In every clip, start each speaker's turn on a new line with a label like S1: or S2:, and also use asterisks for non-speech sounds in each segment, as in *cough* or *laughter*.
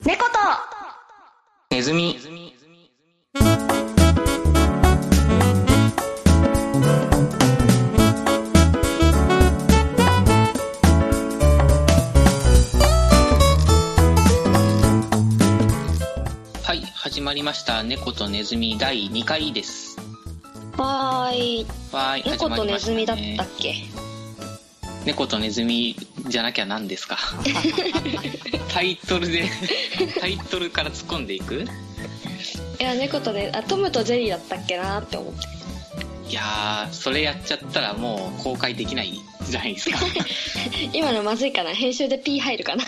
S1: 猫と
S2: ネズミ。はい、始まりました。猫とネズミ第2回です。
S1: はーい
S2: わーい、
S1: 猫とネズミだっ
S2: 始まり
S1: た
S2: ま
S1: っけ
S2: したね猫とネズミじゃなきゃ何ですか。 *laughs* タイトルで、タイトルから突っ込んでいく
S1: いや猫とねあトムとジェリーだったっけなって思って
S2: いやー、それやっちゃったらもう公開できないじゃない
S1: *laughs*
S2: ですか。
S1: 今のまずいかな編集で P 入る
S2: *laughs*
S1: かな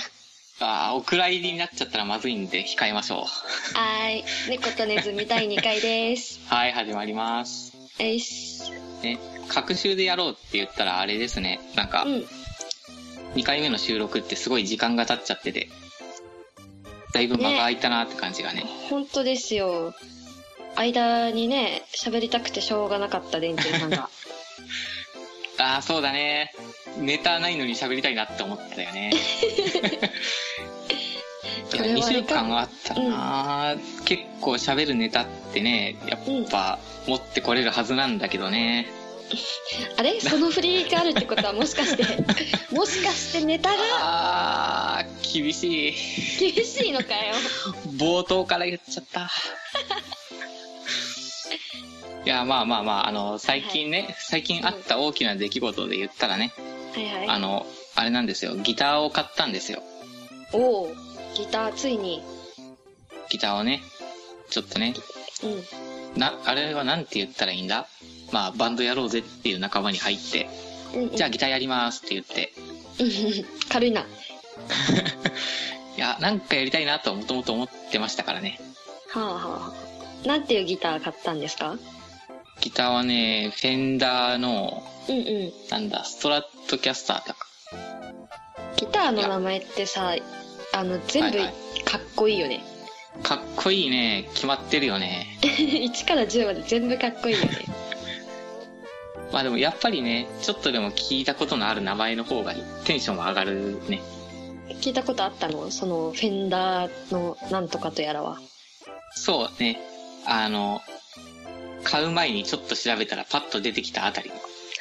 S2: あーお蔵入りになっちゃったらまずいんで控えましょう。
S1: はーい猫とネズミ第2回
S2: *laughs*
S1: です
S2: はい、始まります。
S1: えいっす
S2: ね、各週でやろうって言ったらあれですねなんか
S1: うん
S2: 2回目の収録ってすごい時間が経っちゃっててだいぶ間が空いたなって感じがね
S1: 本当ですよ間にね喋りたくてしょうがなかったデンジンさ
S2: *laughs*
S1: んが
S2: ああそうだねネタないのに喋りたいなって思ったよ
S1: *laughs*
S2: ねいや
S1: これは
S2: 2週間あったな、結構喋るネタってねやっぱ持ってこれるはずなんだけどね、
S1: あれその振りがあるってことはもしかして *laughs* もしかしてネタが
S2: ああ厳しい
S1: 厳しい
S2: *laughs*
S1: のかよ
S2: 冒頭から言っちゃ
S1: *laughs*
S2: った。いや、まあまあまあ、あの、最近ね、最近あった大きな出来事で言ったらね、
S1: はいは
S2: あ
S1: い
S2: の、あれなんですよ、ギターを買ったんですよ。
S1: おおギターついに
S2: ギターをね、ちょっとね、
S1: うん
S2: な、あれはなんて言ったらいいんだまあ、バンドやろうぜっていう仲間に入って、
S1: うんうん
S2: じゃあギターやりますって言って、
S1: うん軽いない
S2: や、なんかやりたいなともともと思ってましたからね。
S1: はあはあはあなんていうギター買ったんですか
S2: ギターはね、フェンダーの、
S1: うんうんギ
S2: なんだ、ストラットキャスターだか。
S1: ターの名前ってさあの全部
S2: はいはい
S1: かっこいいよね、 *laughs*
S2: かっこいいね、決まってるよね。
S1: 1から10まで全部かっこいいよね *laughs*
S2: まあでもやっぱりね、ちょっとでも聞いたことのある名前の方がテンションは上がるね。
S1: 聞いたことあったのそのフェンダーのなんとかとやらは
S2: そうね。あの、買う前にちょっと調べたらパッと出てきたあたり。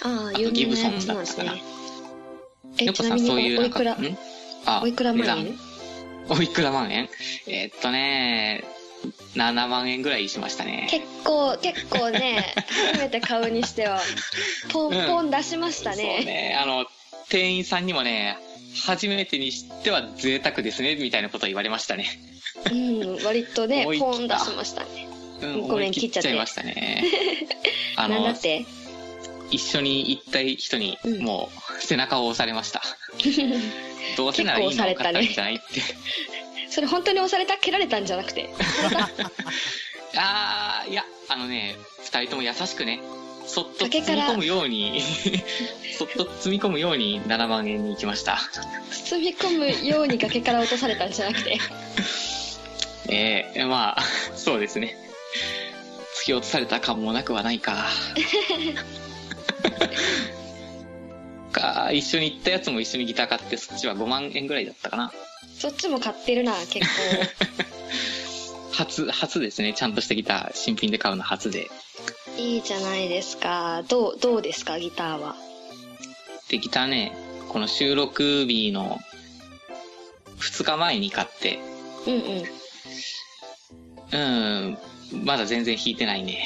S1: ああ
S2: と
S1: 有名なやつ
S2: ギ
S1: なん
S2: ブソンだ
S1: で
S2: った
S1: す
S2: かな
S1: ねえちなみにおおいくら
S2: んあ
S1: おいくら万
S2: 値
S1: 円
S2: 段おいくら万円えーっとね、7万円ぐらいしましたね。
S1: 結構結構ね初めて買 *laughs* うにしてはポン
S2: うん
S1: ポン出しました
S2: そう
S1: ね,、
S2: ね。あの、店員さんにもね、初めてにしては贅沢ですね、みたいなことを言われましたね。
S1: うん割とね
S2: 思い切っ
S1: ポ
S2: た
S1: ン出しましたね
S2: うん、
S1: ごめん
S2: 思い切っちゃいましたね。あ
S1: なんだ
S2: の
S1: っ、て
S2: 一緒に行った人に
S1: うん
S2: もう背中を押されま
S1: *laughs*
S2: した、どうせならいいのを買ったらいいんじゃないって
S1: それ本当に押された蹴られたんじゃなくて
S2: *laughs* あーいやあのね2人とも優しくねそっと
S1: 崖
S2: 積
S1: か
S2: み
S1: ら
S2: 込むように *laughs* そっと積み込むように7万円に行きました
S1: 包み込むように崖から落とされたんじゃなくて
S2: ええまあ *laughs* そうですね突き落とされた感もなくはないかか一緒に行ったやつも一緒にギター買ってそっちは5万円ぐらいだったかな
S1: そっちも買ってるな結構
S2: 初初ですねちゃんとしてきた新品で買うの初で
S1: いいじゃないですかどうどうですかギターは
S2: でギターねこの収録日の2日前に買って
S1: うんうん
S2: うんまだ全然弾いてないね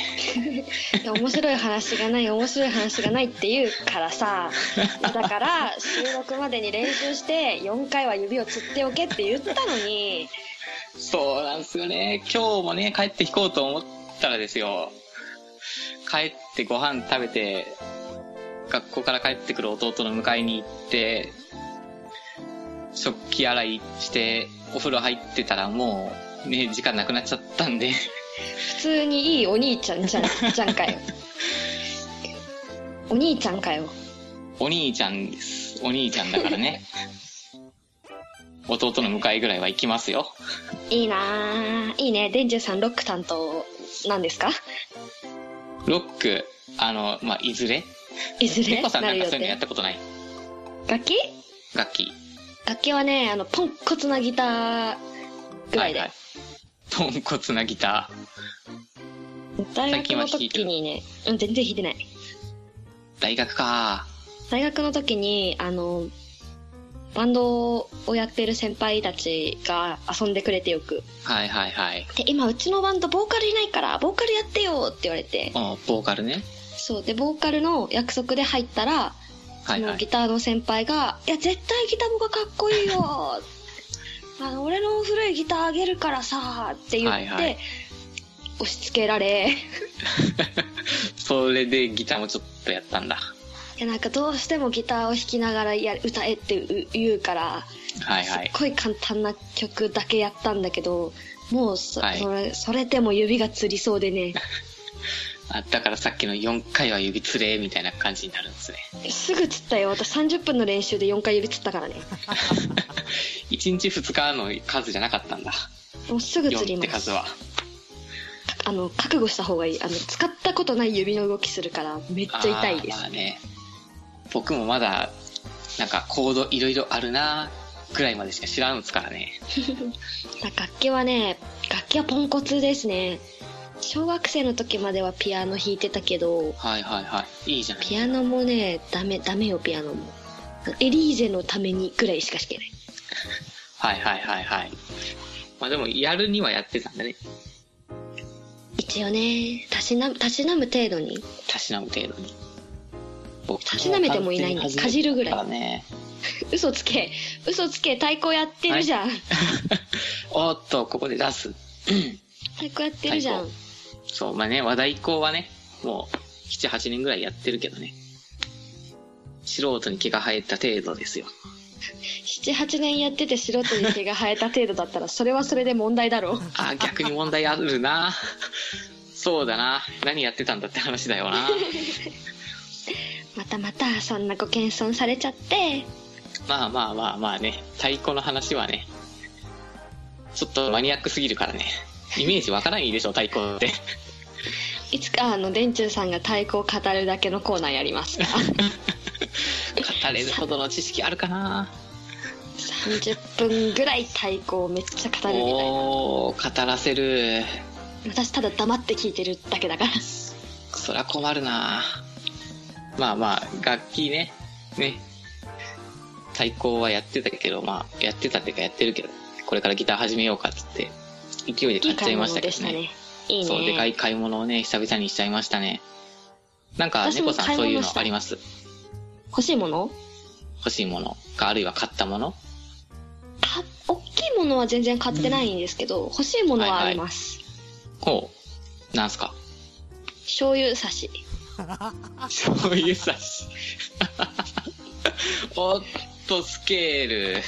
S1: いや面白い話がない面白い話がないって言うからさだから収録までに練習して4回は指をつっておけって言ったのに
S2: そうなんですよね今日もね帰って弾こうと思ったらですよ帰ってご飯食べて学校から帰ってくる弟の迎えに行って食器洗いしてお風呂入ってたらもうね時間なくなっちゃったんで *laughs*
S1: 普通にいいお兄ちゃんじゃんじゃんかよお兄ちゃんかよ
S2: お兄ちゃんです。お兄ちゃんだからね。弟の迎えぐらいは行きますよ。
S1: いいなあいいねデンジュさんロック担当なんですか
S2: ロック、あの、まあ、いずれ。
S1: いずれ
S2: 猫さん
S1: な
S2: なん
S1: る
S2: か
S1: 予
S2: そういうのやっ
S1: 定
S2: たことない
S1: 楽器
S2: 楽器。
S1: 楽器はねあのポンコツなギターぐらいで、
S2: はいはい、ポンコツなギター
S1: 大
S2: 最
S1: 学
S2: 近は
S1: の
S2: 弾いてる
S1: 時にね、うん、全然弾いてない
S2: 大学か
S1: 大学の時にあのバンドをやってる先輩たちが遊んでくれてよく
S2: はいはいはい
S1: で今うちのバンドボーカルいないからボーカルやってよって言われて
S2: おボーカルね
S1: そうでボーカルの約束で入ったら
S2: は
S1: そ
S2: いは
S1: の
S2: い
S1: ギターの先輩が「いや絶対ギタボがかっこい
S2: *laughs*
S1: いよあの俺の古いギターあげるからさ」って言って、
S2: はいはい
S1: 押し付けられ
S2: それでギターもちょっとやったんだ
S1: いやなんかどうしてもギターを弾きながらや歌えってう言うから
S2: はい
S1: す
S2: は
S1: っ
S2: い
S1: ごい簡単な曲だけやったんだけどもうそ,、
S2: はい
S1: それそれでも指がつりそう
S2: *laughs*
S1: でね
S2: あだからさっきの4回は指つれみたいな感じになるんですね
S1: すぐつったよ私30分の練習で4回指つったからね
S2: 1日2日の数じゃなかったんだ
S1: もうすぐつり
S2: 4っ
S1: ま
S2: て
S1: す
S2: 数は
S1: あの覚悟した方がいいあの使ったことない指の動きするからめっちゃ痛いで
S2: あー
S1: す
S2: まあね僕もまだなんかコードいろいろあるなぐらいまでしか知らんですからね
S1: 楽器はね楽器はポンコツですね小学生の時まではピアノ弾いてたけど
S2: はいはいはいいいじゃない
S1: ピアノもねダメダメよピアノもエリーゼのためにくらいしか弾けない
S2: はいはいはいはいまあでもやるにはやってたんだね
S1: 一応ねたしなたしなむ程度に
S2: たしなむ程度に僕
S1: たしなめてもいないんだ
S2: 完全に
S1: かじるぐらい
S2: だからね
S1: 嘘つけ嘘つけ太鼓やってるじゃん、
S2: おっとここで出す
S1: 太鼓やってるじゃん
S2: そうまあね和太鼓はねもう78年ぐらいやってるけどね素人に毛が生えた程度ですよ
S1: 78年やってて素人に毛が生えた程度だったらそれはそれで問題だ *laughs* ろう
S2: あー逆に問題あるな *laughs* そうだな何やってたんだって話だよ
S1: *laughs*
S2: な
S1: またまたそんなご謙遜されちゃって
S2: まあまあまあまあね太鼓の話はねちょっとマニアックすぎるからねイメージわからないでしょ太鼓って
S1: いつかあの電柱さんが太鼓を語るだけのコーナーやりますか
S2: 語れるほどの知識あるかな
S1: 30分ぐらい太鼓をめっちゃ語るみたいな
S2: おー語らせる
S1: 私ただ黙って聞いてるだけだから
S2: そりゃ困るなまあまあ楽器ねね太鼓はやってたけどまあやってたっていうかやってるけどこれからギター始めようかっつって勢いで
S1: い
S2: 買
S1: い
S2: っちゃ
S1: 買
S2: い
S1: い
S2: ました
S1: 物
S2: け
S1: で
S2: ど
S1: した
S2: ね
S1: ねいいね
S2: そうでかい買い物をね久々にしちゃいましたねなんか
S1: 私も
S2: 猫さん
S1: 買い
S2: そう
S1: 物
S2: いう
S1: し
S2: の
S1: た
S2: あります
S1: 欲しいもの
S2: 欲しいものかあるいは買ったもの
S1: か大きいものは全然買ってないんですけど、欲しいものはあります、
S2: ほうなんすか
S1: 醤油差し
S2: 醤油差し *laughs* おっとスケール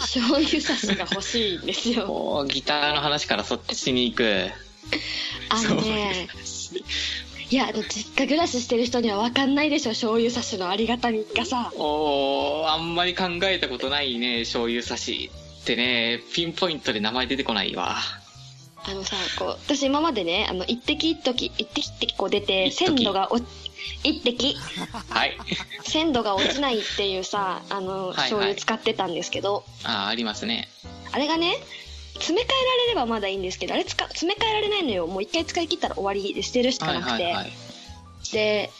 S1: 醤油差しが欲しいんで
S2: *laughs*
S1: すよ
S2: おーギターの話からそっちに行く
S1: あのね
S2: そう
S1: いやあの実家暮らししてる人には分かんないでしょ醤油差しのありがたみがさ
S2: おーあんまり考えたことないね醤油差しってねピンポイントで名前出てこないわ
S1: あのさこう私今までねあの一滴一滴一滴一滴こう出て
S2: 一滴
S1: 鮮度が落ち一滴
S2: はい
S1: 鮮度が落ちないっていうさあの
S2: いはい
S1: 醤油使ってたんですけど、
S2: あーありますね
S1: あれがね詰め替えられればまだいいんですけどあれ使う詰め替えられないのよもう一回使い切ったら終わりで捨てるしか
S2: は
S1: ないくて、
S2: はいはい
S1: で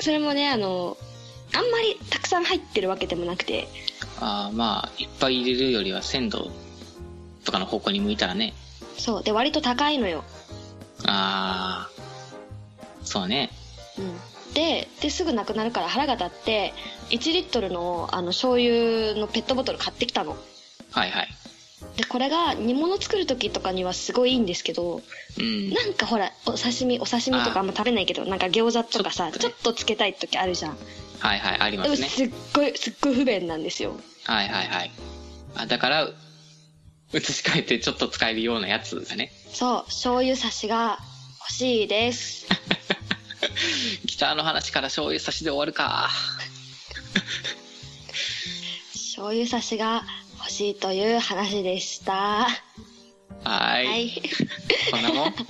S1: それもねあのあんまりたくさん入ってるわけでもなくて
S2: あーまあいっぱい入れるよりは鮮度とかの方向に向いたらね
S1: そうで割と高いのよ、
S2: ああそうね
S1: うん、でですぐなくなるから腹が立って1リットルのあの醤油のペットボトル買ってきたの
S2: はいはい
S1: でこれが煮物作る時とかにはすごいいいんですけど
S2: うん
S1: なんかほらお刺身お刺身とかあんま食べないけどなんか餃子とかさ
S2: ち
S1: ち
S2: ょ
S1: ょ
S2: っとね
S1: っとつけたい時あるじゃん
S2: はいはいありま
S1: ですも
S2: ね
S1: すっごいすっごい不便なんですよ
S2: はいはいはいあだから移し替えてちょっと使えるようなやつですね
S1: そう醤油差しが欲しいです
S2: ギターの話から醤油差しで終わるか
S1: 醤油差しが欲しいという話でした。は。
S2: はいいこんな
S1: *laughs*
S2: もん
S1: こ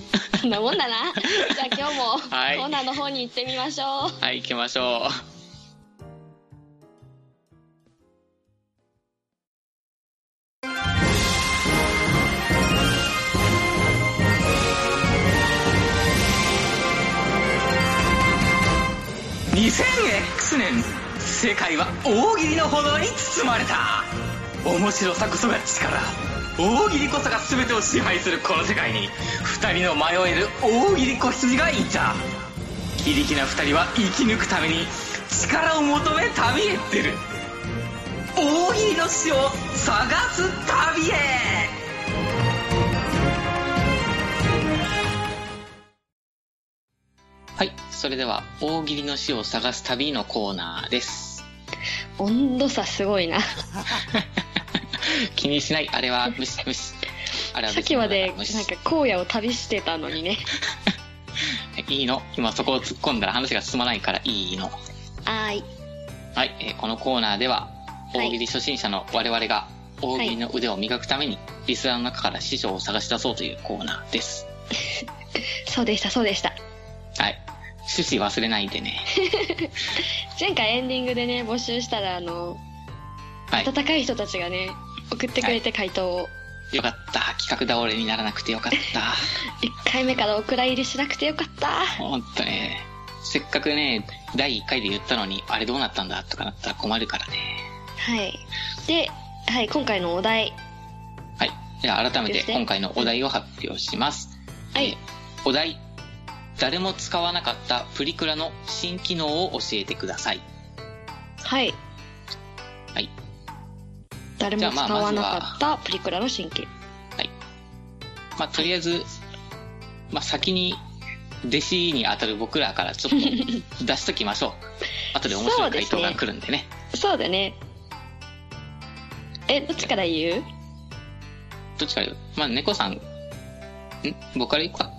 S1: んなもんだな。じゃあ今日も
S2: はい
S1: コーナーの方に行ってみましょう。
S2: はい行きましょう年世界は大喜利の炎に包まれた面白さこそが力大喜利こそが全てを支配するこの世界に2人の迷える大喜利子羊がいた非力な2人は生き抜くために力を求め旅へ出る大喜利の死を探す旅へはい、それでは大喜利の死を探す旅のコーナーです。 *laughs*
S1: 温度差すごいな。
S2: 気にしない、あれ
S1: *laughs*
S2: は無視無視。あれは
S1: さっ
S2: 別
S1: き
S2: の
S1: ま
S2: ものだ
S1: で、
S2: 無視
S1: なんか荒野を旅してたのにね。
S2: いいの。今そこを突っ込んだら話が進まないからいいの。
S1: あーい。
S2: はい、えーこのコーナーでは、
S1: はい
S2: 大喜利初心者の我々が大喜利の腕を磨くために、リスナーの中から師匠を探し出そうというコーナーです。
S1: そうでした、そうでした。
S2: はい。趣旨忘れないでね。
S1: 前回エンディングでね、募集したら、あの、 *laughs*
S2: はい。
S1: 温かい人たちがね、送ってくれて回答を。
S2: よかった。企画倒れにならなくてよかった。
S1: 1回目からお蔵入りしなくてよかった。
S2: ほんとね、せっかくね、第1回で言ったのに、あれどうなったんだとかなったら困るからね。
S1: はい。で、はい、今回のお題。
S2: はい。じゃあ改め
S1: で
S2: て
S1: すね
S2: 今回のお題を発表します。
S1: はい。
S2: お題、誰も使わなかったプリクラの新機能を教えてください。
S1: はい。
S2: はい。
S1: 誰も使わなかったプリクラの新規。
S2: まあ、とりあえず、まあ、先に、弟子に当たる僕らからちょっ
S1: *laughs*
S2: と出しときましょう。後で面白い回答が来るんでね。
S1: そうだね。え、どっちから言う
S2: どっちから言うまあ、猫さん、ん僕から行くか。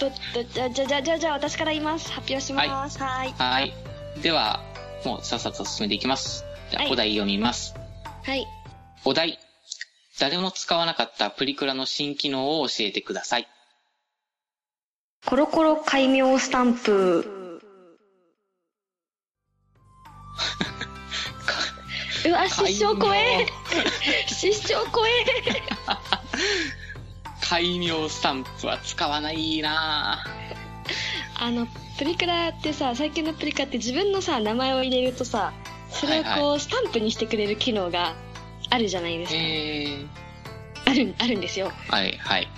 S1: どどじゃあじゃあじゃあじゃあじゃあ私から言います発表しますはーい
S2: はい。では、もうさっさと進めていきます。じゃあ
S1: はい
S2: お題読みます。
S1: はい
S2: お題。誰も使わなかったプリクラの新機能を教えてください。
S1: コロコロ改名スタンプ *laughs* うわ失笑怖え *laughs* 失笑怖え
S2: 改名スタンプは使わないなぁ
S1: あのプリクラってさ最近のプリクラって自分のさ名前を入れるとさそれをこう、
S2: はい
S1: スタンプにしてくれる機能があるじゃないですか
S2: え
S1: あるあるんですよ
S2: ー、はい、はい。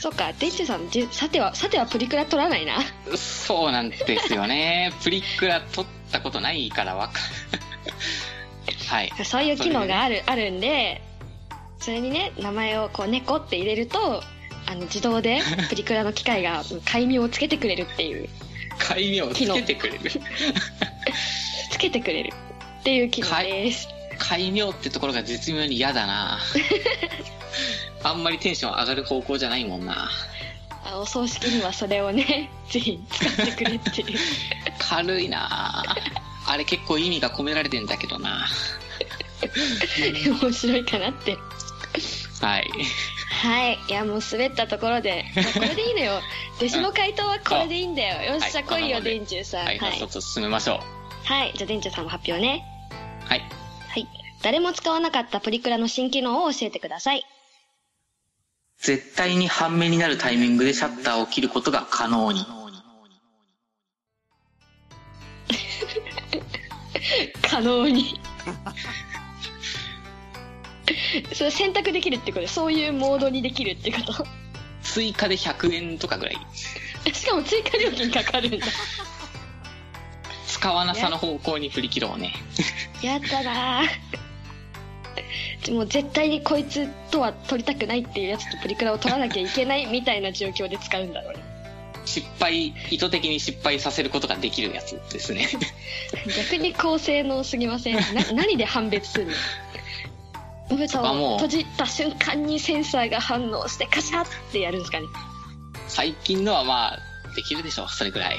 S1: そっかデッチュさんじさてはさてはプリクラ取らないな
S2: そうなんですよ
S1: *laughs*
S2: ね。プリクラ撮ったことないからわか *laughs* はい。
S1: そういう機能があるあるんでそれにね名前をこう「猫」って入れるとあの自
S2: *laughs*
S1: 動でプリクラの機械が改名をつけてくれるっていう
S2: 改名をつけてくれる。
S1: つけてくれるっていう機能です、
S2: 改名ってところが絶妙に嫌だな
S1: *laughs*
S2: あんまりテンション上がる方向じゃないもんな
S1: あお葬式にはそれをね *laughs* ぜひ使ってくれっていう
S2: 軽いなあれ結構意味が込められてんだけどな
S1: 面白いかなって
S2: はい
S1: はいいやもう滑ったところで、まあこれでいいの
S2: *laughs*
S1: よ弟子の回答はこれでいいんだよよっしゃ
S2: はい
S1: 来いよ
S2: こんなもんで
S1: 電柱さん
S2: はい
S1: はい
S2: 早速進めましょ
S1: はい、じゃあ電柱さんも発表ね
S2: うはい
S1: はい誰も使わなかったプリクラの新機能を教えてください
S2: 絶対に半目になるタイミングでシャッターを切ることが可能に
S1: 可能に *laughs* それ選択できるってことそういうモードにできるってこと
S2: 追加で100円とかぐらい
S1: しかも追加料金かかるんだ
S2: 使わなさの方向に振り切ろうね
S1: やったなぁでも絶対にこいつとは撮りたくないっていうやつとプリクラを撮らなきゃいけ *laughs* ないみたいな状況で使うんだろうね
S2: 失敗意図的に失敗させることができるやつですね
S1: 逆に高性能すぎませんな何で判別するのブタ
S2: あも
S1: を
S2: う
S1: 閉じた瞬間にセンサーが反応してカシャってやるんですかね
S2: 最近のはまあできるでしょそれぐらい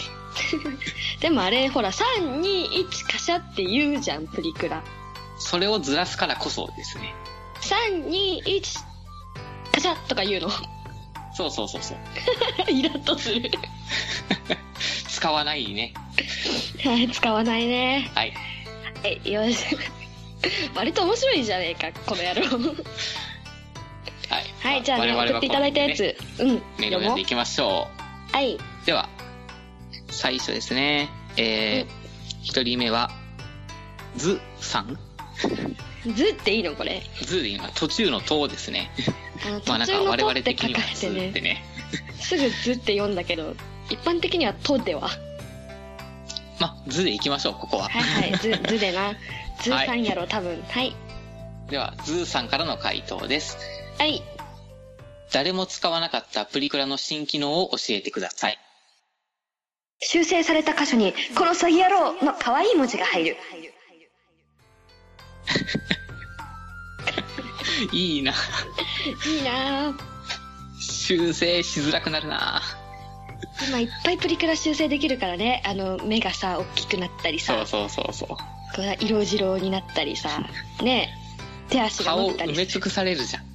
S1: でもあれほら321カシャって言うじゃんプリクラ
S2: それをずらすからこそですね
S1: 321カシャとか言うの *laughs*
S2: そうそうそうそう
S1: イラッとする
S2: 使わないね
S1: はい使わないね
S2: はい
S1: えよし *laughs* 割と面白いじゃねえかこの野郎
S2: はい、
S1: *laughs* はいじゃあ、
S2: 我
S1: ね、
S2: 々は
S1: 送っていただいたや
S2: こ
S1: つうん
S2: うねメールを
S1: 読
S2: 読ん
S1: も
S2: でいうきましょ
S1: はいう
S2: では最初ですね。えー、一人目は、ズさん
S1: ずっていいのこれ。
S2: ズで今、途中の塔ですね。
S1: あの
S2: まあ
S1: 途
S2: なん
S1: 中
S2: か
S1: の
S2: 我
S1: とっ
S2: 々
S1: て
S2: 的
S1: 書
S2: には
S1: かれ
S2: ズ
S1: て
S2: って
S1: ね、
S2: ね。
S1: すぐずって読んだけど、一般的にはとでは。
S2: まあ、ズで行きましょう、ここは。
S1: はいはい、ず、ず
S2: *laughs*
S1: でな。ずさんやろ、多分。はい。
S2: では、ズさんからの回答です。
S1: はい。
S2: 誰も使わなかったプリクラの新機能を教えてください。
S1: 修正された箇所に、この詐欺野郎の可愛い文字が入る。
S2: いいな。
S1: いいなぁ。
S2: 修正しづらくなるな。
S1: 今いっぱいプリクラ修正できるからね。あの、目がさ、大きくなったり
S2: そ
S1: さ
S2: う、そうそうそう。
S1: こう色白になったりさ、ね手足が
S2: 顔
S1: 伸
S2: を
S1: びたり
S2: 埋め尽くされるじゃん。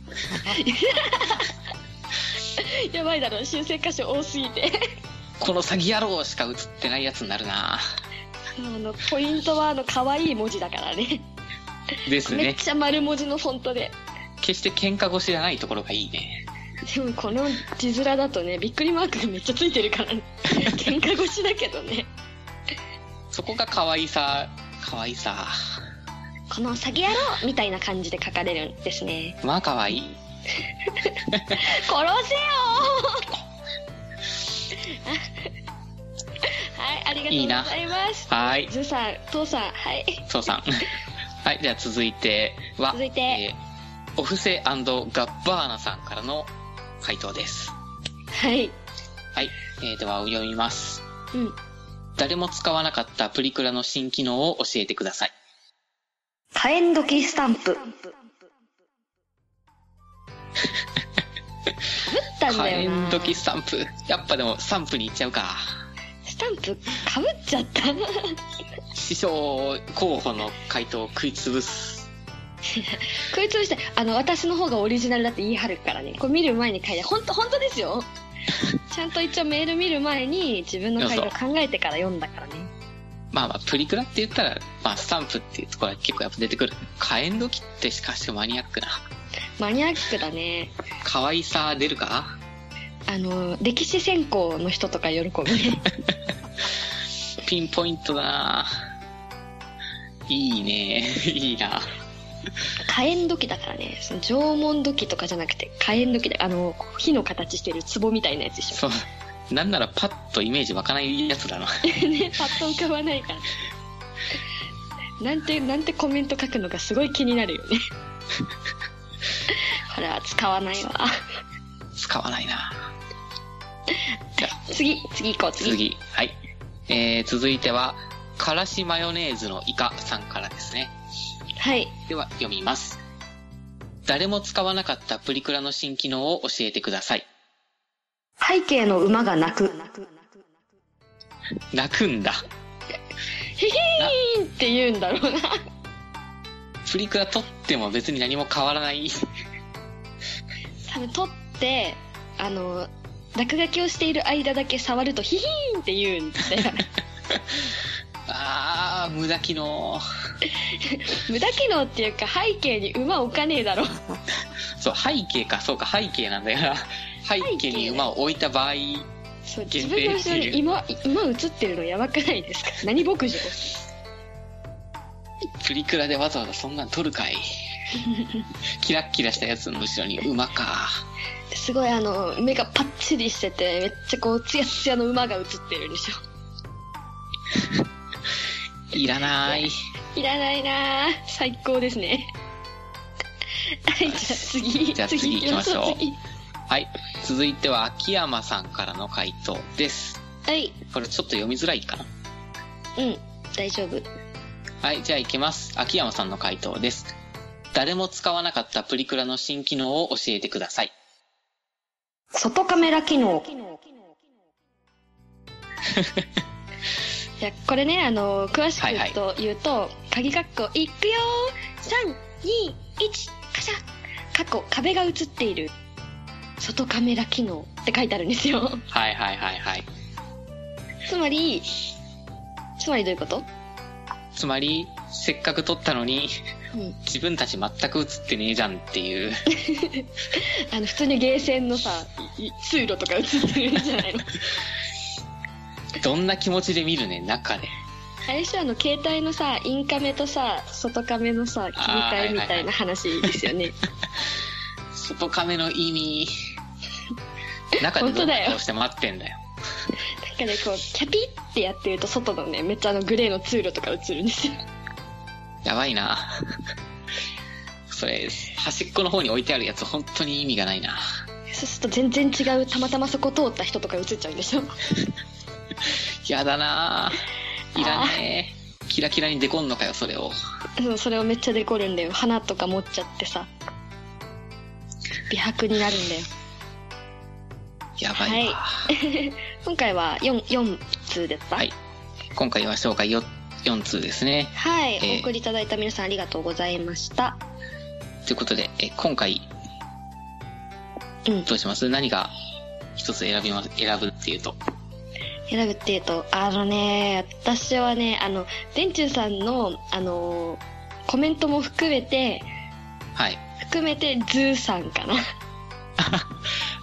S1: やばいだろ、修正箇所多すぎて。
S2: この詐欺野郎しか映ってないやつになるな。
S1: あの、ポイントはあの、可愛い文字だからね。
S2: です
S1: めっ
S2: ね。
S1: ちゃ丸文字のフォントで。
S2: 決して喧嘩腰じゃないところがいいね。
S1: でもこの字面だとね、びっくりマークがめっちゃついてるからね。喧嘩腰だけどね。
S2: そこが可愛さ、可愛さ。
S1: この詐欺野郎みたいな感じで書かれるんですね。
S2: まあ可愛い。
S1: 殺せよ *laughs* はい、あ
S2: い
S1: り
S2: い
S1: が
S2: な
S1: とうございます。
S2: はい。
S1: ズさん、父さん、はい。
S2: そうさん。 *laughs* はい。では続いては、
S1: 続いて
S2: えーオフセガッバーナさんからの回答です。
S1: はい。
S2: はい。えーでは、読みます。
S1: うん。
S2: 誰も使わなかったプリクラの新機能を教えてください。
S1: 火炎時スタンプ。ぶったん
S2: 火
S1: だよな。
S2: 炎時スタンプ。やっぱでも、スタンプに行っちゃうか。
S1: スタンプかぶっちゃった。
S2: 師匠候補の回答を食いつぶす。
S1: こいつをして、あの、私の方がオリジナルだって言い張るからね。これ見る前に書いて、本当本当ですよ。ちゃんと一応メール見る前に自分の回答考えてから読んだからね。
S2: まあまあ、プリクラって言ったら、まあ、スタンプっていうところは結構やっぱ出てくる。火炎時ってしかしマニアックな。
S1: マニアックだね。
S2: 可愛さ出るか
S1: あの、歴史専攻の人とか喜ぶね。
S2: ピンポイントだないいね。 *laughs* いいな。
S1: 火炎土器だからね。そ *laughs* の縄文土器とかじゃなくて、火炎土器で、あの、火の形してる壺みたいなやつでしょ。
S2: そう。なんならパッとイメージ湧かないやつだな。
S1: ね、パッと浮かばないから。なんて、なんてコメント書くのかすごい気になるよ *laughs* ね。これは使わないわ。
S2: 使わないな。
S1: 次、次行こう、次。
S2: 次。はい。えー、続いては、からしマヨネーズのイカさんからですね。
S1: はい。
S2: では、読みます。誰も使わなかったプリクラの新機能を教えてください。
S1: 背景の馬が鳴く。
S2: 泣くんだ。
S1: ヒヒーンって言うんだろうな。
S2: プリクラ撮っても別に何も変わらない。
S1: 多分撮って、あの、落書きをしている間だけ触るとヒヒーンって言うんだよ。 *laughs*
S2: あー、無駄機能。
S1: 無駄機能っていうか背景に馬置かねえだろ。
S2: そう、背景か、そうか、背景なんだよな。 *laughs* 背景に馬を置いた場合、
S1: そう、自
S2: 限
S1: 分の
S2: 定して
S1: 後ろ
S2: いる
S1: に今、馬映ってるのやばくないですか何牧場
S2: プリクラでわざわざそんなん撮るかい。キラッキラしたやつの後ろに馬か。
S1: すごいあの目がパッチリしててめっちゃこうツヤツヤの馬が映ってるでしょ
S2: いらない。
S1: いらないなぁ最高です *laughs* ねはいじゃあ次
S2: じゃあ次行きましょう
S1: 行きまし
S2: はい。続いては、秋山さんからの回答です。
S1: 次はい
S2: これちょっと読みづらいかな。
S1: うん大丈夫
S2: はい、じゃあ行きます。秋山さんの回答です。誰も使わなかったプリクラの新機能を教えてください。
S1: 外カメラ機 *laughs* 能いやこれねあの詳し
S2: はいはい
S1: くと言うと、鍵括弧いくよー321カシャ過去壁が映っている外カメラ機能って書いてあるんです *laughs* よ
S2: はいはいはいはい。
S1: つまり、つまりどういうこと
S2: つまり、せっかく撮ったのに、
S1: うん
S2: 自分たち全く映ってねえじゃんっていう。
S1: あの、普通にゲーセンのさ、いい通路とか映ってるんじゃないの
S2: どんな気持ちで見るね、中で。
S1: *laughs* あれでしょあの携帯のさインカメとさ外カメのさ切り替えみたいな話ですよね、
S2: 外カメの意味。中でどんな顔して待ってんだよ。
S1: だからこうキャピってやってると外のねめっちゃあのグレーの通路とか映るんですよ *laughs*
S2: やばいな。それ、端っこの方に置いてあるやつ、本当に意味がないな。
S1: そうすると全然違うたまたまそこ通った人とか映っちゃうんでしょ
S2: やだないらねえ。キラキラにデコんのかよ、それを。
S1: うん *laughs* それをめっちゃデコるんだよ花とか持っちゃってさ美白になるんだよ
S2: やばいわ。
S1: 今回は 4, 4通ですか
S2: はい今回は紹介 4, 4通ですね。
S1: はい、
S2: えー
S1: お送りいただいた皆さんありがとうございました
S2: ということで、え今回、
S1: うん
S2: どうします何が一つ選びます、選ぶっていうと。
S1: 選ぶっていうとあのね私はねあの電柱さんのあのーコメントも含めて
S2: はい。
S1: 含めてズーさんかな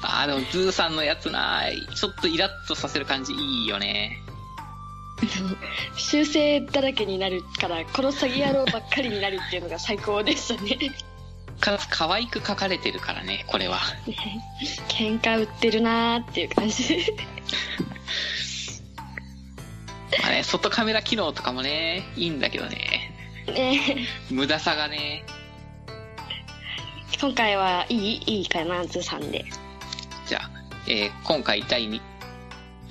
S2: あー、でも、ズーさんのやつなちょっとイラッとさせる感じいいよね。
S1: 修正だらけになるからこの詐欺野郎ばっかりになるっていうのが最高でしたね
S2: かつ、可愛く描かれてるからね、これは。
S1: 喧嘩売ってるなーっていう感じ *laughs* で
S2: あれ、外カメラ機能とかもね、いいんだけどね。
S1: ね
S2: 無駄さがね。
S1: 今回はいいいいかなズーさんで
S2: じゃあ、えー今回第2、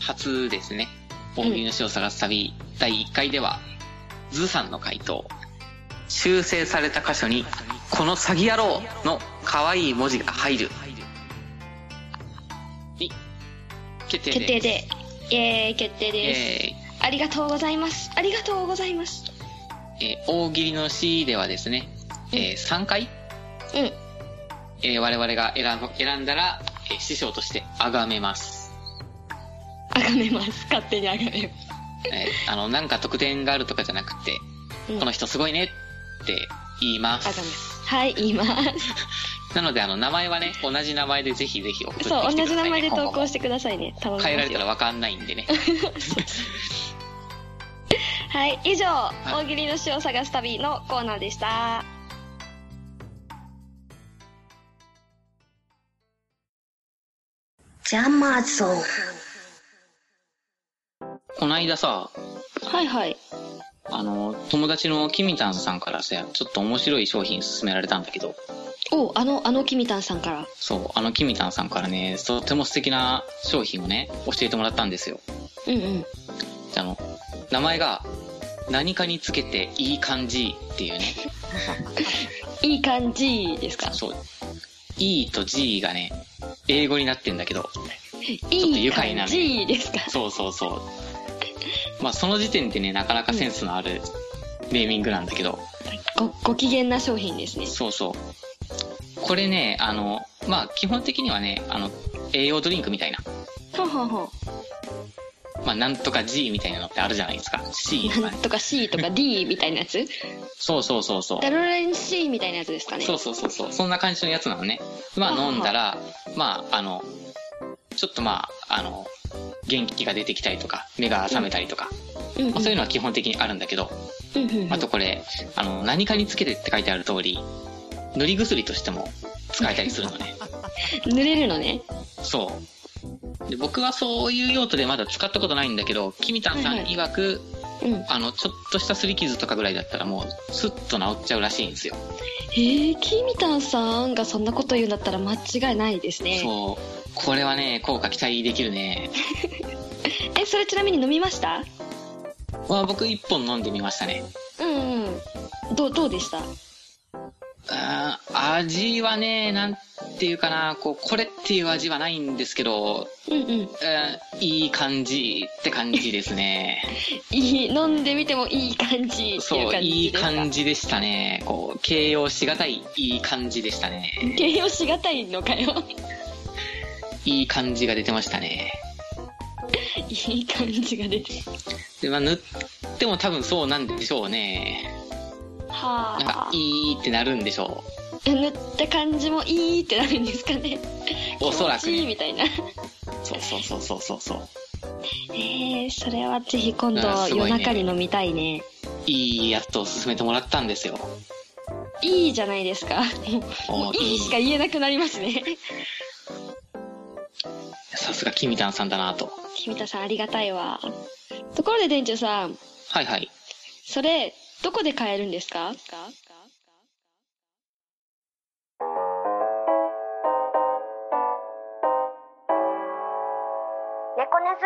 S2: 初ですね。大喜利の死を探す旅、第1回では、ズーさんの回答。修正された箇所に、この詐欺野郎の可愛い文字が入る。に、決定で
S1: 決定でイエーイ決定です、
S2: え
S1: ありがとうございますありがとうございます
S2: ーえー大喜利の死ではですね、えー3回、
S1: うん
S2: えー我々が選ぶ選んだら、えー師匠として崇めます。
S1: あがめ *laughs* ます勝手にあがめます
S2: えーあの、なんか特典があるとかじゃなくて、
S1: うん
S2: この人すごいねって言いま
S1: あがめ
S2: す。
S1: ますはい言います
S2: なので、あの、名前はね、同じ名前でぜひぜひ送ってきてくださ
S1: そう
S2: い、ね。
S1: 同じ名前で
S2: 今後
S1: 投
S2: も
S1: 稿してくださいね頼みます
S2: 変えられた
S1: よ
S2: らわかんないん
S1: *laughs*
S2: でね。
S1: はい以
S2: い
S1: 上、大喜利の詩を探す旅のコーナーでした
S3: ジャマゾン。
S2: この間さ、
S1: はいはい
S2: あの、友達のキミタンさんからさ、ちょっと面白い商品勧められたんだけど、
S1: おあのあのキミタンさんから
S2: そう、あのキミタンさんからね、とても素敵な商品をね、教えてもらったんですよ。
S1: うんうん
S2: あの、名前が、何かにつけていい感じっていうね、
S1: いい感じですか
S2: そう、E と G がね、英語になってんだけど、ょっと
S1: いい
S2: 愉快
S1: 感
S2: なね
S1: じですか
S2: そうそうそう。まあ、その時点でね、なかなかセンスのあるネーミングなんだけど、
S1: ごご機嫌な商品ですね
S2: そうそう。これね、あの、まあ、基本的にはね、あの、栄養ドリンクみたいな、
S1: ほんほんほん
S2: まあ、なんとか G みたいなのってあるじゃないですか。C とか
S1: *laughs* なん
S2: ね。
S1: とか C とか D みたいなやつ
S2: そうそうそうそう。
S1: ダロレン C みたいなやつですかね
S2: そうそうそうそう。そんな感じのやつなのね。まあ、飲んだら、まあ、あの、ちょっとまあ、あの、元気が出てきたりとか、目が覚めたりとか、
S1: うんうん
S2: まあ、そういうのは基本的にあるんだけど、
S1: うんうんうん
S2: あとこれ、あの、何かにつけてって書いてある通り、塗り薬としても使えたりするの
S1: *laughs*
S2: ね。
S1: 濡れるのね
S2: そう。で、僕はそういう用途でまだ使ったことないんだけど、キミタンさん
S1: はい
S2: 曰く、
S1: うん
S2: あの、ちょっとしたすり傷とかぐらいだったらもう、スッと治っちゃうらしいんですよ。
S1: えー、キミタンさんがそんなこと言うんだったら間違いないですね
S2: そう。これはね、効果期待できるね。
S1: えそれちなみに飲みました
S2: まあ僕一本飲んでみましたね。
S1: うんうんどうどうでした
S2: あー味はね、なんていうかな、こう、これっていう味はないんですけど、
S1: うんうん
S2: うんいい感じって感じです
S1: *laughs*
S2: ね。
S1: いい飲んでみてもいい感じっていう
S2: そう、い
S1: 感じ
S2: い
S1: ですか
S2: 感じでしたね。こう、形容しがたい、いい感じでしたね。
S1: 形容しがたいのかよ *laughs*
S2: いい感じが出てましたね。
S1: いい感じが出て
S2: で、まあ、塗っても多分そうなんでしょうね。
S1: は
S2: なんか
S1: あ、
S2: いいってなるんでしょ
S1: 塗った感じもいいってなるんですかね
S2: *laughs* う。おそらく *laughs*
S1: 気持ちいい
S2: ね。
S1: みたいな
S2: そうそうそうそうそうそう。
S1: えー、それはぜひ今度
S2: うんすご
S1: 夜
S2: いね
S1: 中に飲みたいね。
S2: いいやつを勧めてもらったんですよ。
S1: いいじゃないですか。もういいしか言えなくなりますね。 *laughs*
S2: さすがキミタンさんだなと。
S1: 君田さんありがたいわ。ところで店長さん、
S2: はいはい。
S1: それ、どこで買えるんですか
S3: 猫ね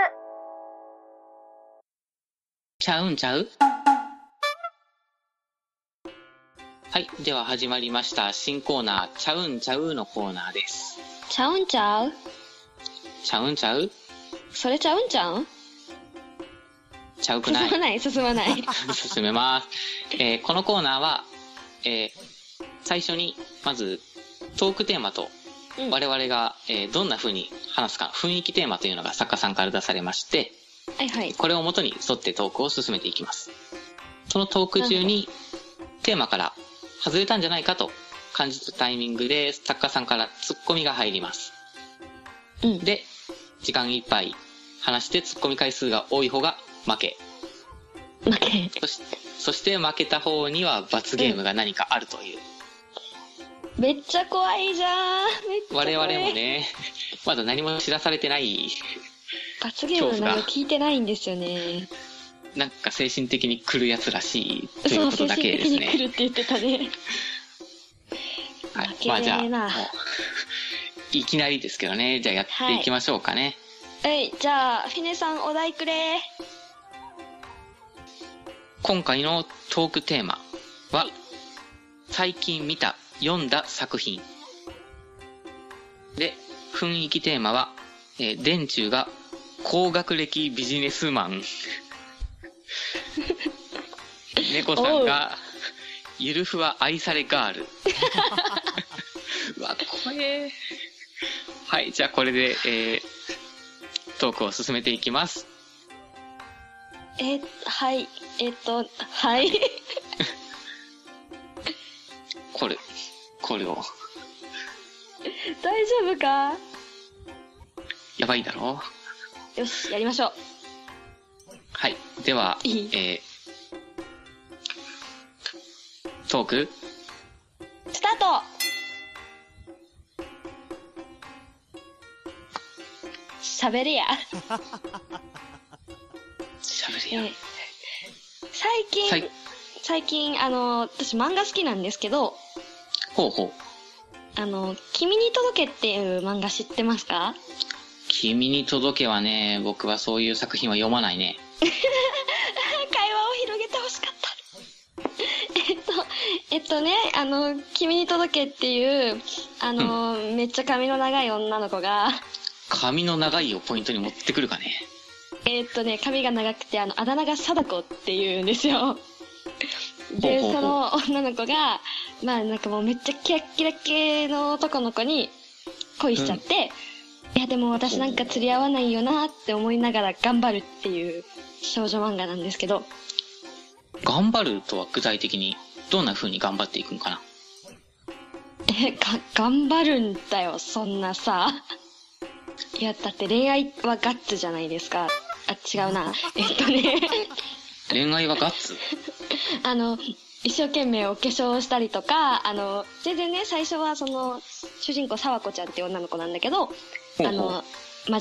S3: ず
S2: ちゃうんちゃうはい。では始まりました。新コーナー、ちゃうんちゃうのコーナーです。
S1: ちゃうんちゃう
S2: ちゃうんちゃう
S1: それちゃうんちゃうん
S2: ちゃうく
S1: 進
S2: ない
S1: まない、進
S2: *laughs*
S1: まない。
S2: 進めます。えーこのコーナーは、えー最初に、まず、トークテーマと
S1: うん、は
S2: 我々が、えーどんな風に話すか、雰囲気テーマというのが作家さんから出されまして、
S1: いはい。
S2: これを元に沿ってトークを進めていきます。そのトーク中に、テーマから外れたんじゃないかと感じたタイミングで、作家さんからツッコミが入ります。
S1: うん。
S2: で、時間いっぱい話してツッコミ回数が多い方が負け。
S1: 負け。
S2: そしそして負けた方には罰ゲームが何かあるという。
S1: めっちゃ怖いじゃん。めっちゃ怖
S2: 我
S1: い。
S2: 々も。ね、まだ何も知らされてない、
S1: 罰ゲームの内容聞いてないんですよね。
S2: なんか精神的に来るやつらしいとい
S1: そう
S2: こ
S1: う、
S2: と
S1: 精
S2: だ
S1: 神
S2: けで
S1: 的
S2: す
S1: に来
S2: ね。
S1: るって言ってたね。
S2: はい
S1: 負けねえ
S2: ま
S1: な
S2: あじゃあ、もう *laughs* いきなりですけどね、じゃあやっていきましょうかね。
S1: はい、じゃあ、フィネさんお題くれ。
S2: 今回のトークテーマは、最近見た、読んだ作品。で、雰囲気テーマは、えー電柱が高学歴ビジネスマン。猫さんが、ゆるふは愛されガール。うわ、怖え。はい、じゃあこれで、えートークを進めていきます。
S1: え、はい、えっと、はい。 *laughs*
S2: これ、これを。
S1: 大丈夫か
S2: やばいだろ
S1: よし、やりましょう。
S2: はい。では、
S1: いい
S2: えー、トーク
S1: スタート喋れや。
S2: 喋るや
S1: え最近、
S2: はい。
S1: 最近、あの、私漫画好きなんですけど、
S2: ほうほう。
S1: あの、君に届けっていう漫画知ってますか
S2: 君に届けはね、僕はそういう作品は読まないね。
S1: 会話を広げてほしかった。えっと、えっとね、あの、君に届けっていう、あの、めっちゃ髪の長い女の子が、
S2: 髪の長いをポイントに持ってくるかね。
S1: えっとね、髪が長くて、あの、あだ名が貞子っていうんですよ。で、
S2: ほうほうほう
S1: その女の子が、まあなんかもうめっちゃキラッキラ系の男の子に恋しちゃって、いやでも私なんか釣り合わないよなって思いながら頑張るっていう少女漫画なんですけど、
S2: 頑張るとは具体的に、どんな風に頑張っていくんかな。
S1: えが頑張るんだよそんなさいやだって恋愛はガッツじゃないですかあ違うなえっとね
S2: 恋愛はガッ
S1: *laughs*
S2: ツ
S1: あの一生懸命お化粧をしたりとかあの全然ね最初はその主人公沢子ちゃんっていう女の子なんだけど
S2: ほうほ
S1: あ
S2: う
S1: の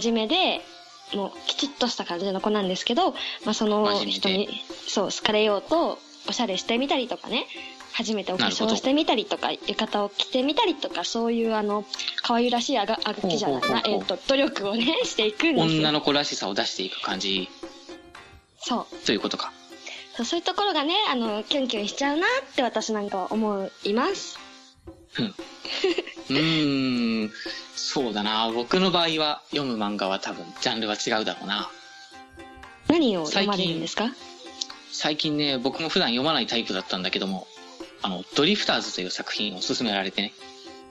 S1: 真面目でもうきちっとした感じの子なんですけど、まあ、その
S2: 真面目で
S1: 人にそう好かれようとおしゃれしてみたりとかね初めてお化
S2: なるほ
S1: 粧
S2: ど
S1: をしてみたりとか浴衣を着てみたりとかそういうあの可愛らしいあがあがきじゃ
S2: ほ
S1: ない
S2: うほう
S1: な
S2: ほう
S1: えーと努
S2: *laughs*
S1: 力をねしていくんです
S2: 女
S1: よ
S2: の子らしさを出していく感じ
S1: そう
S2: ということか。
S1: そうそういうところがねあのキュンキュンしちゃうなって私なんかは思います
S2: うーん、そうだな。僕の場合は読む漫画は多分ジャンルは違うだろうな。
S1: 何を読まれるんですか
S2: 最近ね、僕も普段読まないタイプだったんだけども、あの、ドリフターズという作品を勧められてね、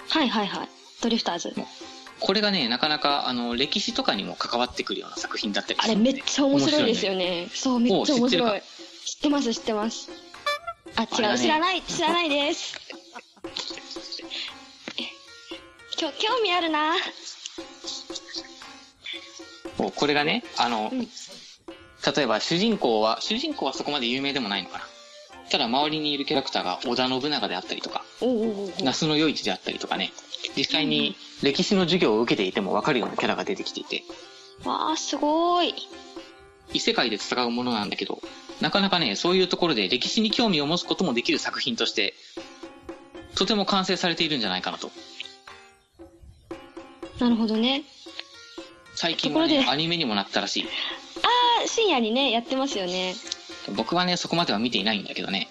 S1: はいはいはいドリフターズ
S2: これがね、なかなか、あの、歴史とかにも関わってくるような作品だったり
S1: あ
S2: する
S1: れ
S2: んで
S1: めっちゃ面白いですよね。そう、めっちゃ面
S2: お知
S1: 白
S2: ってる
S1: い。知ってます、知ってます。
S2: あ
S1: あ、
S2: れ
S1: 違
S2: だ
S1: う、
S2: ね
S1: 知らない、知らないです。きょ興味あるな。
S2: こうこれがね、あの、
S1: うん
S2: 例えば主人公は、主人公はそこまで有名でもないのかな。ただ周りにいるキャラクターが織田信長であったりとか、
S1: おうおうおう
S2: 那須の与一であったりとかね、実際に歴史の授業を受けていても分かるようなキャラが出てきていて、
S1: わあ、すごーい。
S2: 異世界で戦うものなんだけど、なかなかね、そういうところで歴史に興味を持つこともできる作品として、とても完成されているんじゃないかなと。
S1: なるほどね。
S2: 最近は
S1: とこ
S2: ね
S1: ろ、で
S2: アニメにもなったらしい。
S1: あ深夜にね、やってますよね。
S2: 僕はね、そこまでは見ていないんだけどね。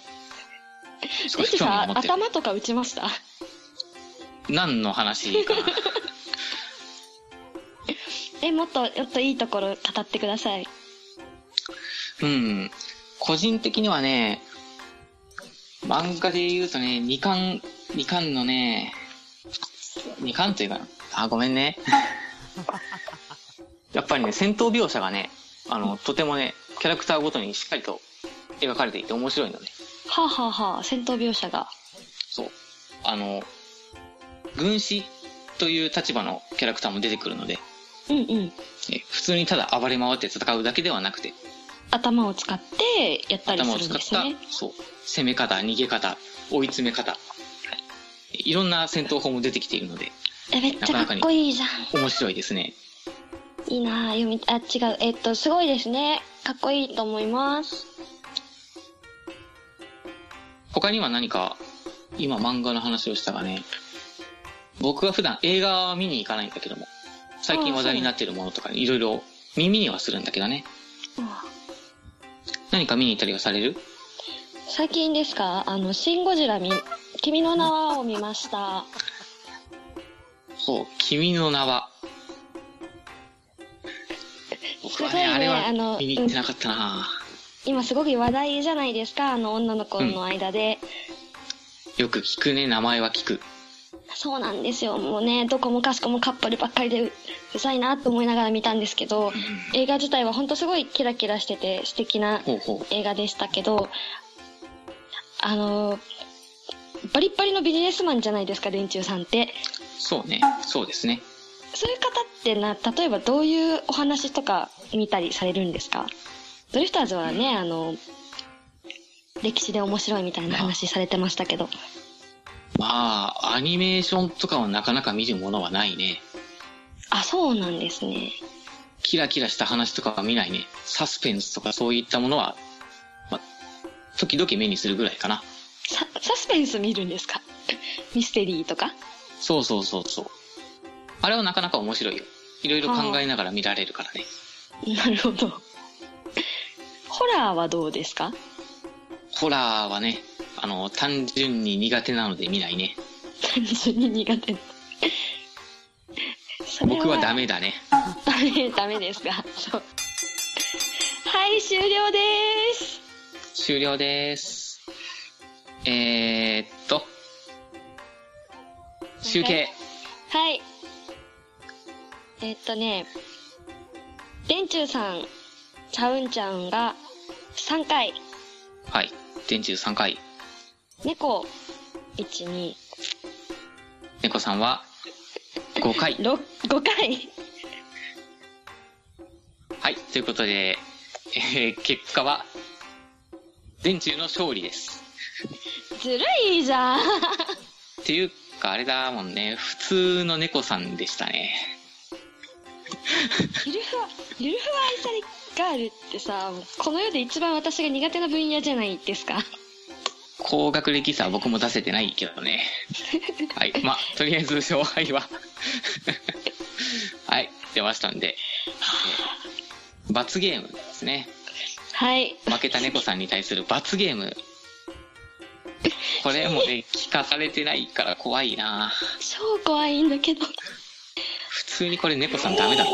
S2: 少
S1: リ
S2: し
S1: チ
S2: 興味を
S1: さ
S2: 持
S1: ん、
S2: ってる。
S1: 頭とか打ちました
S2: 何の話かな。
S1: え、もっと、もっといいところ語ってください。
S2: うん。個人的にはね、漫画で言うとね、2巻、2巻のね、2巻というかな。あ、ごめんね。やっぱりね、戦闘描写がね、あの、とてもね、キャラクターごとにしっかりと描かれていて面白いのね。
S1: はあ、はあはあ、戦闘描写が。
S2: そう。あの、軍師という立場のキャラクターも出てくるので、
S1: うんうん。
S2: え普通にただ暴れ回って戦うだけではなくて、
S1: 頭を使ってやったり
S2: 頭を
S1: する
S2: 使
S1: ん
S2: っ
S1: です
S2: た、
S1: ね。
S2: そう攻め方逃げ方追い詰め方いろんな戦闘法も出てきているので
S1: え、めっちゃかっこいいじゃん。
S2: 面白いですね
S1: いいなあ読み、あ、違う。えっと、すごいですね。かっこいいと思います。
S2: 他には何か今漫画の話をしたがね僕は普段映画は見に行かないんだけども最近話題になっているものとかいろいろ耳にはするんだけどね
S1: うん
S2: 何か見に行ったりはされる
S1: 最近ですかあの、シン・ゴジラ見、君の名はを見ました。
S2: そう「君の名は」僕は
S1: すごい
S2: ね
S1: ね
S2: あれは
S1: あの
S2: 見に行ってなかったな
S1: 今すごく話題じゃないですかあの、女の子の間で。
S2: よく聞くね名前は聞く
S1: そうなんですよ。もうね、どこもかしこもカップルばっかりでううざいなと思いながら見たんですけど、映画自体はほんとすごいキラキラしてて素敵な
S2: ほうほう
S1: 映画でしたけど、あの、バリッバリのビジネスマンじゃないですか、電柱さんって。
S2: そうね、そうですね。
S1: そういう方ってな、例えばどういうお話とか見たりされるんですかドリフターズはね、あの、歴史で面白いみたいな話されてましたけど。
S2: まあ、アニメーションとかはなかなか見るものはないね。
S1: あ、そうなんですね。
S2: キラキラした話とかは見ないね。サスペンスとかそういったものは、まあ、時々目にするぐらいかな。
S1: ササスペンス見るんですか *laughs* ミステリーとか *laughs*
S2: そうそうそうそう。あれはなかなか面白いよ。いろいろ考えながら見られるからね。
S1: なるほど。ホラーはどうですか
S2: ホラーはね、あの、単純に苦手なので見ないね。
S1: 単純に苦手。 *laughs* それ
S2: 僕はダ。メだね。
S1: ダメ、ダメですかそう。はい、終了です。
S2: 終了です。えー、っと、集計。
S1: はい。えっとね、電柱さん、チャウンちゃんが3回、
S2: はい。電柱3回。
S1: 猫、1、2、
S2: 猫さんは5回。
S1: 6、5回。
S2: はい。ということで、えー結果は、電柱の勝利です。
S1: ずるいじゃ
S2: っ
S1: ん。
S2: ていうか、あれだもんね。普通の猫さんでしたね。
S1: ゆるふわ、ゆるふわ愛されガールってさ、この世で一番私が苦手な分野じゃないですか。
S2: 高学歴差は僕も出せてないけどね。はい。まあ、とりあえず勝敗は。はい。出ましたんで。えー罰ゲームですね。
S1: はい。
S2: 負けた猫さんに対する罰ゲーム。これもね、聞かされてないから怖いな
S1: 超怖いんだけど。
S2: 普通にこれ猫さんダメだろ。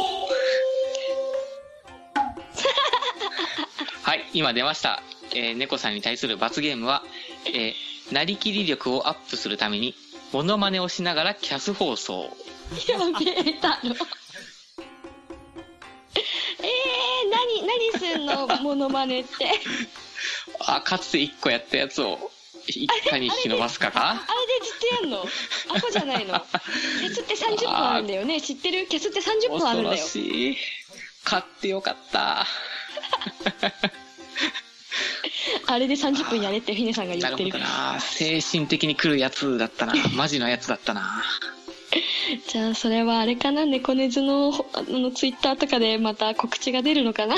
S2: はい、今出ました。えー猫さんに対する罰ゲームは、えーなりきり力をアップするために、モノマネをしながらキャス放送。
S1: やべえだろ。えー、何、何すんの、モノマネって。
S2: あ、かつて1個やったやつを、一回に引き伸ばすか
S1: *laughs* あ
S2: か
S1: れでずっとやんのアホじゃないの。消すって30分あるんだよね。知ってる消すって30分ある
S2: 恐
S1: んだ
S2: ろ
S1: よ。
S2: しい。買ってよかった。
S1: あれで30分やれってフィネさんが
S2: なる
S1: 言って
S2: ほ
S1: る
S2: どな精神的に来るやつだったなマジなやつだったな
S1: じゃあそれはあれかな猫根津のあのツイッターとかでまた告知が出るのかな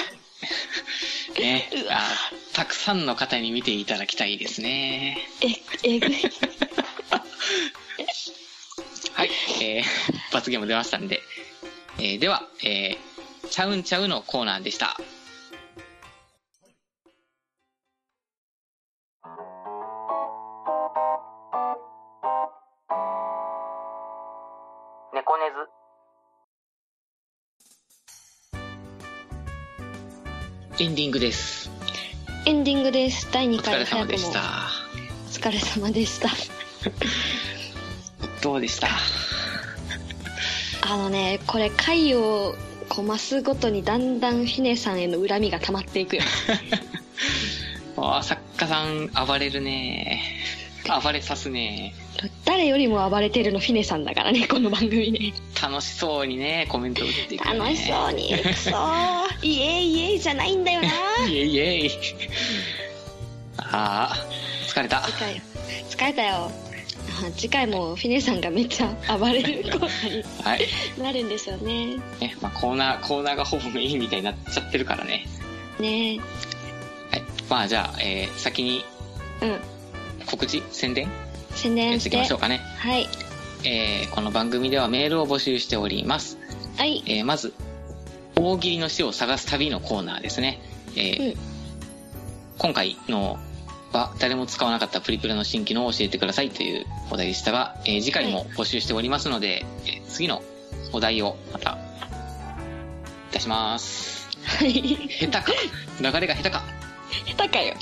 S2: ねあたくさんの方に見ていただきたいですね
S1: ええぐい
S2: はい、えー、 *laughs* 罰ゲーム出ましたんで、えーでは、えー、ちゃうんちゃうのコーナーでした。
S3: 猫ねず
S2: エンディングです。
S1: エンディングです第
S2: お
S1: 2
S2: 疲
S1: 回
S2: れ様でし
S1: お
S2: た。
S1: 疲れ様でした
S2: どうでした
S1: あのねこれ回をこうマスごとにだんだんフィネさんへの恨みが溜まっていくよ
S2: あー作家さん暴れるね。暴れさすね。
S1: 誰よりも暴れてるのフィネさんだからねこの番組ね
S2: 楽しそうにね、コメント打っていく、ね。
S1: 楽しそうにくそーイエイイエイじゃないんだよな
S2: イエイイエイ。ああ、疲れた。
S1: 次回疲れたよあ次回もフィネさんがめっちゃ暴れるコーナー
S2: はい。
S1: になるんでしょうね
S2: ね、まあコーナー、コーナーがほぼメインみたいになっちゃってるからね。
S1: ね
S2: はい。まあじゃあ、えー、先に
S1: えうん
S2: 告知宣伝
S1: 宣
S2: や
S1: 伝
S2: って
S1: し
S2: いき
S1: て
S2: ましょうかね。
S1: はい
S2: えーこの番組ではメールを募集しております。
S1: はい
S2: えーまず、大喜利の死を探す旅のコーナーですね。えー
S1: うん
S2: 今回のは誰も使わなかったプリプラの新機能を教えてくださいというお題でしたが、えー次回も募集しておりますので、えー次のお題をまた出します。
S1: はい
S2: 下手か流れが下手か
S1: 下手かよ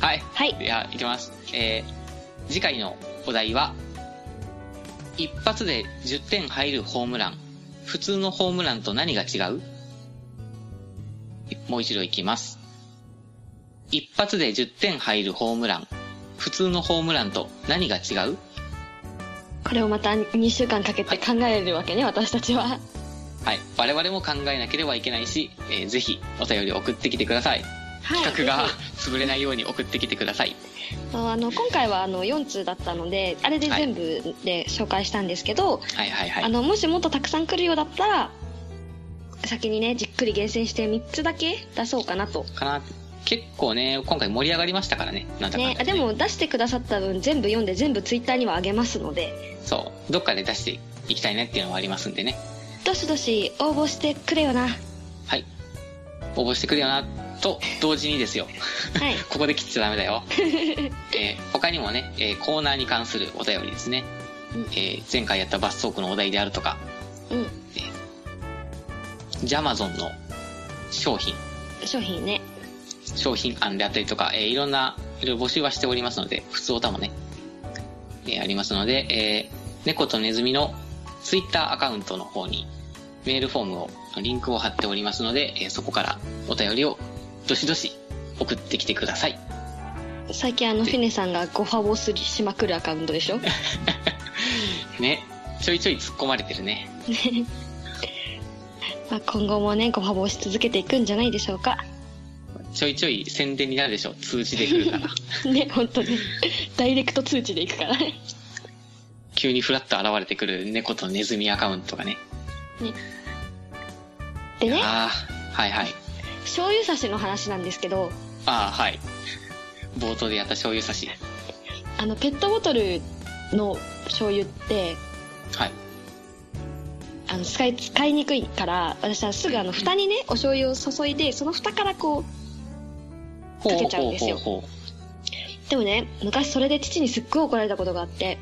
S2: はい。
S1: はい
S2: いや、いきます。えー次回のお題は、一発で10点入るホームラン。普通のホームランと何が違うもう一度いきます。一発で10点入るホームラン。普通のホームランと何が違う
S1: これをまた2週間かけて考えるわけね私たちは
S2: はい。我々も考えなければいけないし、えーぜひお便り送ってきてください。
S1: はい
S2: 企画が潰れないように送ってきてください。
S1: あの今回はあの4通だったのであれで全部で紹介したんですけど、
S2: はいはいは
S1: あ
S2: い。
S1: のもしもっとたくさん来るようだったら先にねじっくり厳選して3つだけ出そうかなと、
S2: かな結構ね、今回盛り上がりましたからね。なんだかんだ
S1: ね、あでも出してくださった分全部読んで全部ツイッターにはあげますので
S2: そう、どっかで出していきたいねっていうのはありますんでね。
S1: どしどし応募してくれ
S2: *laughs*
S1: よなは
S2: はい。応募してくれよな、と同時にですよ。
S1: い
S2: ここで切っちゃダメだ
S1: *laughs*
S2: よ。えー他にもね、えーコーナーに関するお便りですね。
S1: うん
S2: えー前回やったバストークのお題であるとか、
S1: うん
S2: ジャマゾンの商品、
S1: 商品ね
S2: 商品案であったりとか、えーいろんな、いろいろ募集はしておりますので、普通おたもね、えーありますので、えー猫とネズミのツイッターアカウントの方に、メールフォームを、リンクを貼っておりますので、えーそこからお便りをどしどし送ってきてください。
S1: 最近あのフィネさんがごファボすりしまくるアカウント
S2: *laughs*
S1: でしょ
S2: ね、ちょいちょい突っ込まれてるね。
S1: まあ今後もねごファボし続けていくんじゃないでしょう
S2: *laughs*
S1: か
S2: ちょいちょい宣伝になるでしょ、通知で来るから。
S1: ね本当にダイレクト通知でいくからね
S2: 急にフラッと現れてくる猫とネズミアカウントがね。
S1: でね
S2: ああ、はいはい。
S1: 醤油差しの話なんですけど
S2: ああ、はい。冒頭でやった醤油差し。
S1: あのペットボトルの醤油って
S2: はい。
S1: あの使い使いにくいから私はすぐあの蓋にねお醤油を注いでその蓋からこ
S2: ほ
S1: かけちゃうんですよ
S2: ほうほうほ
S1: うでもね昔それで父にすっごい怒られたことがあって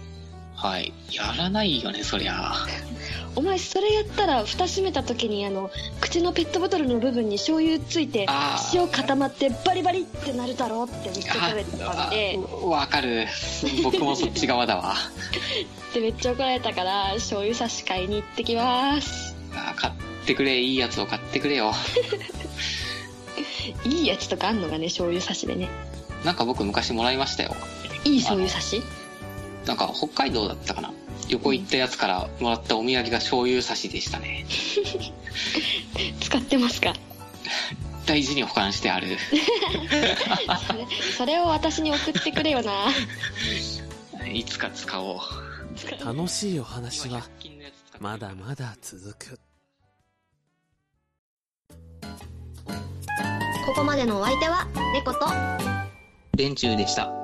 S2: うはい。やらないよね、そりゃ。
S1: 「お前それやったら蓋閉めた時にあの口のペットボトルの部分に醤油ついて
S2: あー
S1: 塩固まってバリバリってなるだろ」ってめっちゃ怒られたんで
S2: あわかる。僕もそっち側だわ。 *laughs*
S1: でめっちゃ怒られたから醤油差し買いに行ってきます
S2: あ買ってくれ、いいやつを買ってくれよ。
S1: いいやつとかあんのがね醤油差しでね
S2: なんか僕昔もらいましたよ。
S1: いい醤油差し
S2: なんか北海道だったかな。横行ったやつからもらったお土産が醤油差しでしたね。
S1: 使ってますか
S2: 大事に保管してあ
S3: *laughs*
S2: る。
S1: それそれを私に送ってくれよな。
S2: いつか使おう。
S3: 楽しいお話は
S2: 100均のやつ使ってる
S3: まだまだ続く
S1: ここまでのお相手は、猫と、
S2: 電柱でした。